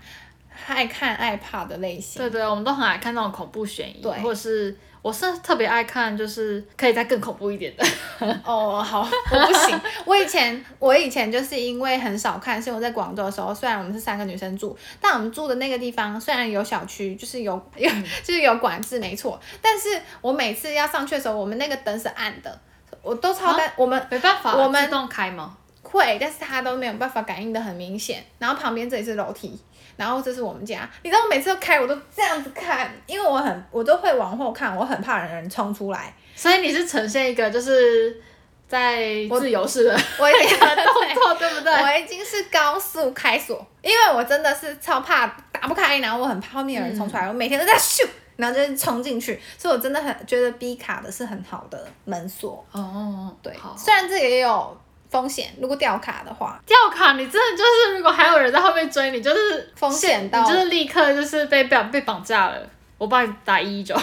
A: 爱看爱怕的类型。
B: 对对，我们都很爱看那种恐怖悬疑，
A: 对
B: 或者是我是特别爱看，就是可以再更恐怖
A: [laughs]
B: 一点的。
A: 哦，好，我不行。 [laughs] 我以前我以前就是因为很少看，所以我在广州的时候，虽然我们是三个女生住，但我们住的那个地方虽然有小区，就是有有、就是有管制，没错。但是我每次要上去的时候，我们那个灯是暗的，我都超担、我们
B: 没办法，
A: 我们
B: 自动开吗？
A: 会，但是它都没有办法感应的很明显。然后旁边这里是楼梯，然后这是我们家。你知道我每次都开，我都这样子看，因为我很我都会往后看，我很怕有人冲出来。
B: 所以你是呈现一个就是在自由式的
A: 我已经
B: 动作，对不对？
A: 我已经是高速
B: 嗯
A: 开锁，因为我真的是超怕打不开，然后我很怕后面有人冲出来，我每天都在咻 [laughs] 然后就是冲进去。所以我真的很觉得 B 卡的是很好的门锁，
B: 哦哦，
A: 对，
B: 好。
A: 虽然这也有风险，如果掉卡的话，
B: 吊卡，你真的就是，如果还有人在后面追你，就是
A: 风险到
B: 你就是立刻就是被绑被绑架了。我帮你打一一九，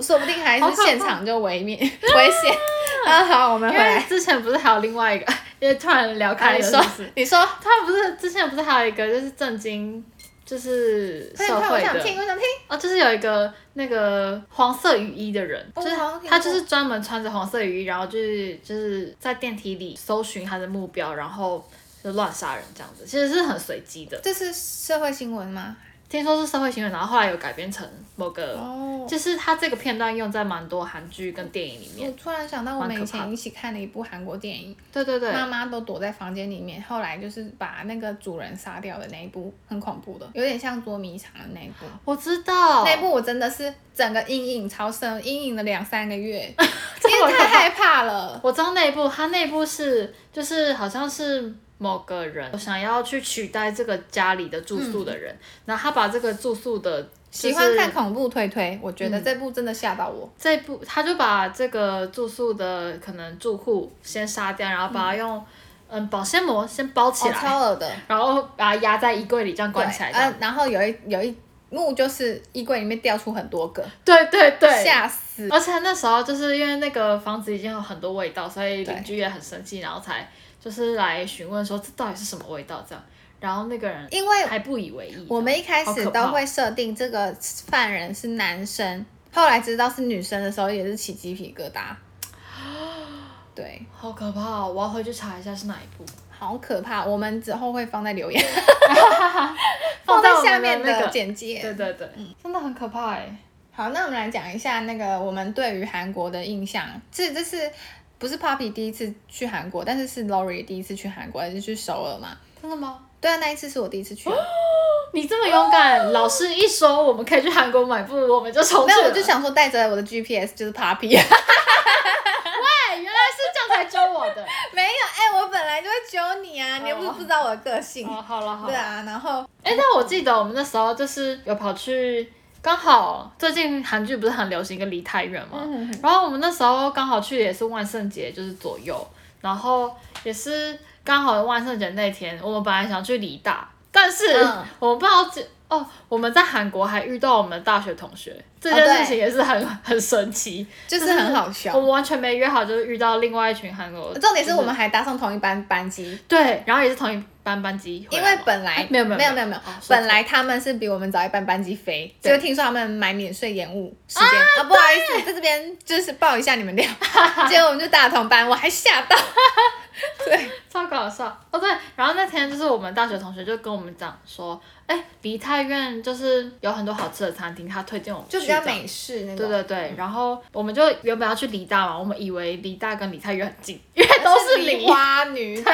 A: 说不定还
B: 好
A: 是
B: 可怕
A: 现场就 [laughs] 危灭危险。啊，好，我们
B: 因
A: 回来
B: 为。之前不是还有另外一个， [laughs] 因为突然聊
A: 啊，
B: 开
A: 你
B: 了，是
A: 说
B: 不是？，
A: 你说，
B: [laughs] 他不是之前不是还有一个就是震惊，就是
A: 快
B: 社
A: 点快，我
B: 会
A: 想
B: 的
A: 听，我想听。
B: 哦，就是有一个那个黄色雨衣的人，
A: 哦
B: 就是
A: 好像听
B: 他
A: 过
B: 就是专门穿着黄色雨衣，然后就是就是在电梯里搜寻他的目标，然后就乱杀人这样子，其实是很随机的。
A: 这是社会新闻吗？
B: 听说是社会新闻，然后后来有改编成某个，
A: 哦，
B: 就是他这个片段用在蛮多韩剧跟电影里
A: 我
B: 面。
A: 突然想到，我
B: 蛮
A: 们
B: 可
A: 以
B: 怕
A: 前一起看了一部韩国电影，
B: 对对对，
A: 妈妈都躲在房间里面，后来就是把那个主人杀掉的那一部，很恐怖的，有点像捉迷藏的那一部。
B: [laughs] 我知道。
A: 那一部我真的是整个阴影超深，阴影了两三个月，
B: [laughs] 这
A: 因
B: 么
A: 为
B: 可
A: 太
B: 怕
A: 害怕了。
B: 我知道那一部，他那一部是就是好像是某个人想要去取代这个家里的住宿的人，然后他把这个住宿的、就是、
A: 嗯喜欢看恐怖推推，我觉得
B: 嗯
A: 这部真的吓到我。
B: 这部，他就把这个住宿的可能住户先杀掉，然后把它用嗯保鲜膜先包起
A: 哦，
B: 来，
A: 超恶的。
B: 然后把它压在衣柜里这样关起来
A: 对
B: 这样。
A: 呃，然后有一有一幕就是衣柜里面掉出很多个，
B: 对对对，
A: 吓死。
B: 而且那时候就是因为那个房子已经有很多味道，所以邻居也很生气，然后才就是来询问说这到底是什么味道这样。然后那个人
A: 因为
B: 还不以为意。
A: 我们一开
B: 好
A: 始
B: 可
A: 都
B: 怕
A: 会设定这个犯人是男生，后来知道是女生的时候也是起鸡皮疙
B: [gasps]
A: 瘩。对，
B: 好可怕、哦，我要回去查一下是哪一部，
A: 好可怕。我们之后会放在留言，
B: [laughs] 放
A: 在
B: 我们
A: 下面
B: 的嗯那
A: 的
B: 个。
A: 简介。
B: 对对对，真的很可怕哎。
A: 好，那我们来讲一下那个我们对于韩国的印象。这这是不是 Poppy 第一次去韩国，但是是 Lori 第一次去韩国，还是去首尔嘛？
B: 真的吗？
A: 对啊，那一次是我第一次去啊。
B: 你这么勇敢，老师一说我们可以去韩国买布，我们就冲去
A: 没有，
B: 了
A: 我就想说带着我的 GPS 就是 [laughs] Papi。
B: 哎，原来是这样才揪我的。
A: 没有，哎、我本来就会揪你啊，你又不是
B: 哦
A: 不知道我的个性。
B: [laughs] 哦，好了好了。
A: 对啊，然后
B: 哎、但我记得我们那时候就是有跑去，刚好最近韩剧不是很流行一个离太远嘛，
A: 嗯
B: 然后我们那时候刚好去也是万圣节，就是左右，然后也是刚好万圣节那天，我们本来想去梨大，但是
A: 嗯
B: 我们不知道这。哦，我们在韩国还遇到我们的大学同学，这
A: 哦
B: 件
A: 对
B: 事情也是很、很神奇，
A: 就是很好笑嗯
B: 我。们完全没约好，就是遇到另外一群韩国。
A: 重点是我们还搭上同一班班机，
B: 对，然后也是同一班班级回
A: 因
B: 来嘛，
A: 为本来
B: 哎没有没有
A: 没有
B: 没
A: 没有没有
B: 哦说，错
A: 本来他们是比我们早一班班机飞，结
B: 对
A: 果听说他们买免税延误时间啊，不好意思，在这边就是报一下你们 [laughs] 料，结果我们就搭同班，我还吓到。对，
B: 超搞笑哦！对，然后那天就是我们大学同学就跟我们讲说，哎，梨泰院就是有很多好吃的餐厅，他推荐我们去
A: 就比较
B: 这样。
A: 美式那种。
B: 对对对，然后我们就原本要去梨大嘛，我们以为梨大跟梨泰院很近，因为都是梨
A: 梨，花 [laughs] 女子，
B: 对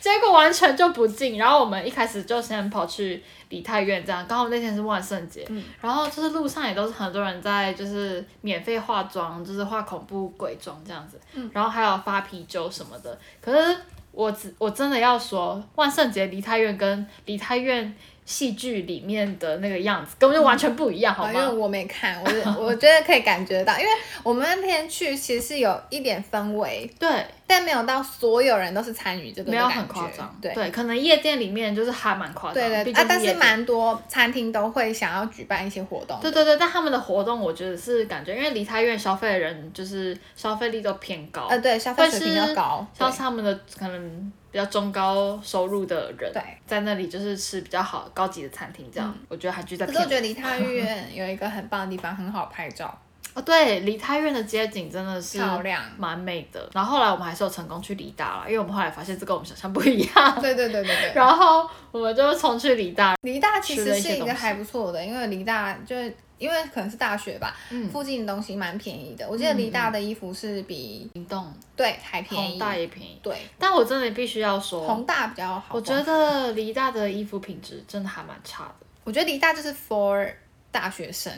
B: 结果完全就不近。然后我们一开始就先跑去梨泰院，这样刚好那天是万圣节，
A: 嗯
B: 然后就是路上也都是很多人在就是免费化妆，就是化恐怖鬼妆这样子，
A: 嗯
B: 然后还有发啤酒什么的。可是我只我真的要说，万圣节梨泰院跟梨泰院戏剧里面的那个样子根本就完全不一样，好
A: 反正
B: 吗？
A: 啊我没看，我
B: [laughs]
A: 是我觉得可以感觉到，因为我们那天去其实是有一点氛围，
B: 对，
A: 但没有到所有人都是参与这个的
B: 没有
A: 感觉，
B: 很夸张，
A: 对。
B: 对，可能夜店里面就是还蛮夸张，
A: 对对
B: 毕
A: 对
B: 竟
A: 啊，但是
B: 夜店
A: 蛮多餐厅都会想要举办一些活动。
B: 对对对，但他们的活动我觉得是感觉，因为梨泰院消费的人就是消费力都偏高，
A: 呃，对，消费水平要高。
B: 像
A: 对
B: 哦是他们的可能比较中高收入的人，
A: 对嗯
B: 在那里就是吃比较好高级的餐厅，这样、我觉得韩剧在
A: 可
B: 骗
A: 是我觉
B: 我。
A: 得梨泰院有一个很棒的地方，很好拍照，
B: 哦，对，梨泰院的街景真的 [laughs] 是
A: 漂
B: [laughs]
A: 亮。
B: 蛮美的。然后后来我们还是有成功去梨大了，因为我们后来发现这跟我们想象不一样。
A: 对对对对对。
B: [laughs] 然后我们就冲去梨大，
A: 梨大其
B: 吃了
A: 实
B: 一些
A: 是一
B: 东
A: 个
B: 西
A: 还不错的，因为梨大就是因为可能是大学吧，
B: 嗯
A: 附近的东西蛮便宜的。我记得梨大的衣服是比、
B: 明洞、
A: 对还便
B: 宏
A: 宜，
B: 大也便宜。
A: 对，
B: 但我真的必须要说，
A: 宏大比较好逛。
B: 我觉得梨大的衣服品质真的还蛮差的。
A: 我觉得梨大就是 for 大学生，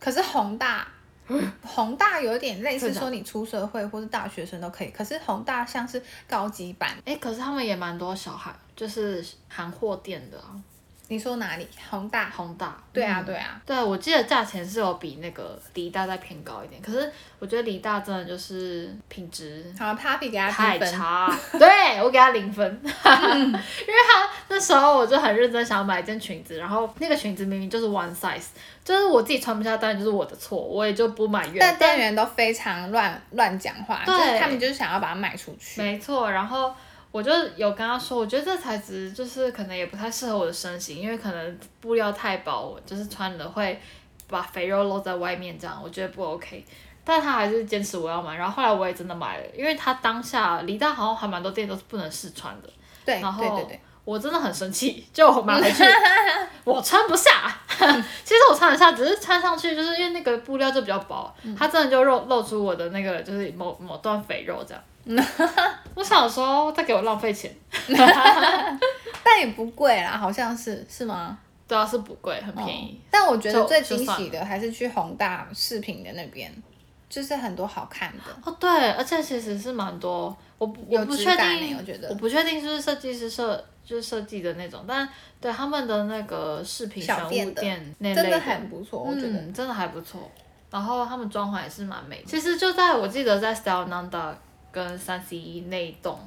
A: 可是宏大，宏大有点类似
B: 嗯真的
A: 说你出社会或是大学生都可以，可是宏大像是高级版，
B: 哎、可是他们也蛮多小孩，就是韩货店的啊。
A: 你说哪里？宏大？
B: 宏大。
A: 对啊，
B: 嗯
A: 对啊，
B: 对，我记得价钱是有比那个梨大再偏高一点，可是我觉得梨大真的就是品质
A: 好，Papi 给他
B: 太
A: 低分。
B: 差， [laughs] 对我给他零分， [laughs] 因为他那时候我就很认真想要买一件裙子，然后那个裙子明明就是 one size，就是我自己穿不下，当然就是我的错，我也就不买原
A: 但
B: 版。
A: 店员都非常乱乱讲话，
B: 对
A: 就是他们就是想要把它卖出去。
B: 没错，然后我就有跟他说，我觉得这材质就是可能也不太适合我的身形，因为可能布料太薄，我就是穿了会把肥肉露在外面，这样我觉得不 OK。但他还是坚持我要买，然后后来我也真的买了，因为他当下离大好像还蛮多店都是不能试穿的，
A: 对
B: 然后
A: 对对对，
B: 我真的很生气，就我买
A: [laughs]
B: 回去，我穿不下。 [laughs] 其实我穿得下，只是穿上去就是因为那个布料就比较薄，
A: 嗯
B: 它真的就露露出我的那个就是某某段肥肉这样。
A: [laughs]
B: 我想说，再给我浪费钱，
A: 但也不贵啦，好像是是吗？
B: 对啊，是不贵，很便
A: 哦
B: 宜。
A: 但我觉得
B: 就
A: 最
B: 就
A: 惊
B: 算
A: 喜的还是去宏大饰品的那边，就是很多好看的，
B: 哦，对，而且其实是蛮多，我不
A: 有
B: 我不
A: 质
B: 确
A: 感欸
B: 定，
A: 我觉得
B: 不确定是不是设计师设就是设计的那种，但对他们的那个饰品
A: 小
B: 玄
A: 店
B: 物
A: 的
B: 店那类
A: 真的很不错，我觉得。
B: 嗯、真的还不错。然后他们装潢也是蛮美的。其实就在我记得在 Style Nanda 跟三 C 一那一栋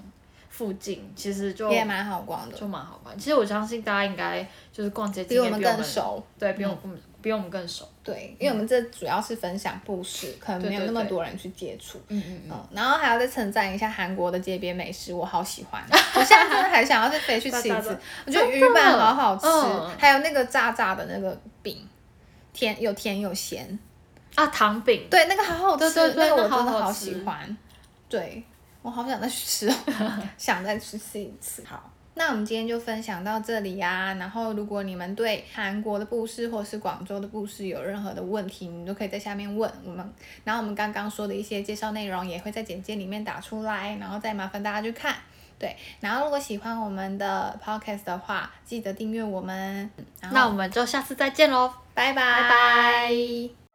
B: 附近，其实就
A: 也蛮好逛的，
B: 就蛮好玩。其实我相信大家应该就是逛街
A: 比
B: 经
A: 我
B: 验
A: 们更，熟。
B: 对，比我们、比我们更熟。
A: 对，因为我们这主要是分享故事，可能没有
B: 对
A: 那
B: 对
A: 么
B: 对
A: 多人去接触。
B: 嗯嗯嗯。
A: 嗯，然后还要再称赞一下韩国的街边美食，我好喜欢，啊我现在真的很想要去飞去吃一
B: [laughs] 大家
A: 次
B: 都。
A: 我觉得鱼
B: 真的
A: 板好好吃，
B: 嗯
A: 还有那个炸炸的那个饼，甜有甜有咸，
B: 啊，糖饼，
A: 对，那个好好吃，
B: 对对对
A: 那个我
B: 那好
A: 真的
B: 好
A: 好
B: 吃
A: 喜欢。对，我好想再去
B: [laughs]
A: 吃哦，想再去吃一次。好。那我们今天就分享到这里呀、然后，如果你们对韩国的故事或是广州的故事有任何的问题，你们都可以在下面问我们。然后我们刚刚说的一些介绍内容也会在简介里面打出来，然后再麻烦大家去看。对，然后如果喜欢我们的 podcast 的话，记得订阅我们。嗯然后
B: 那我们就下次再见喽，
A: 拜拜
B: 拜拜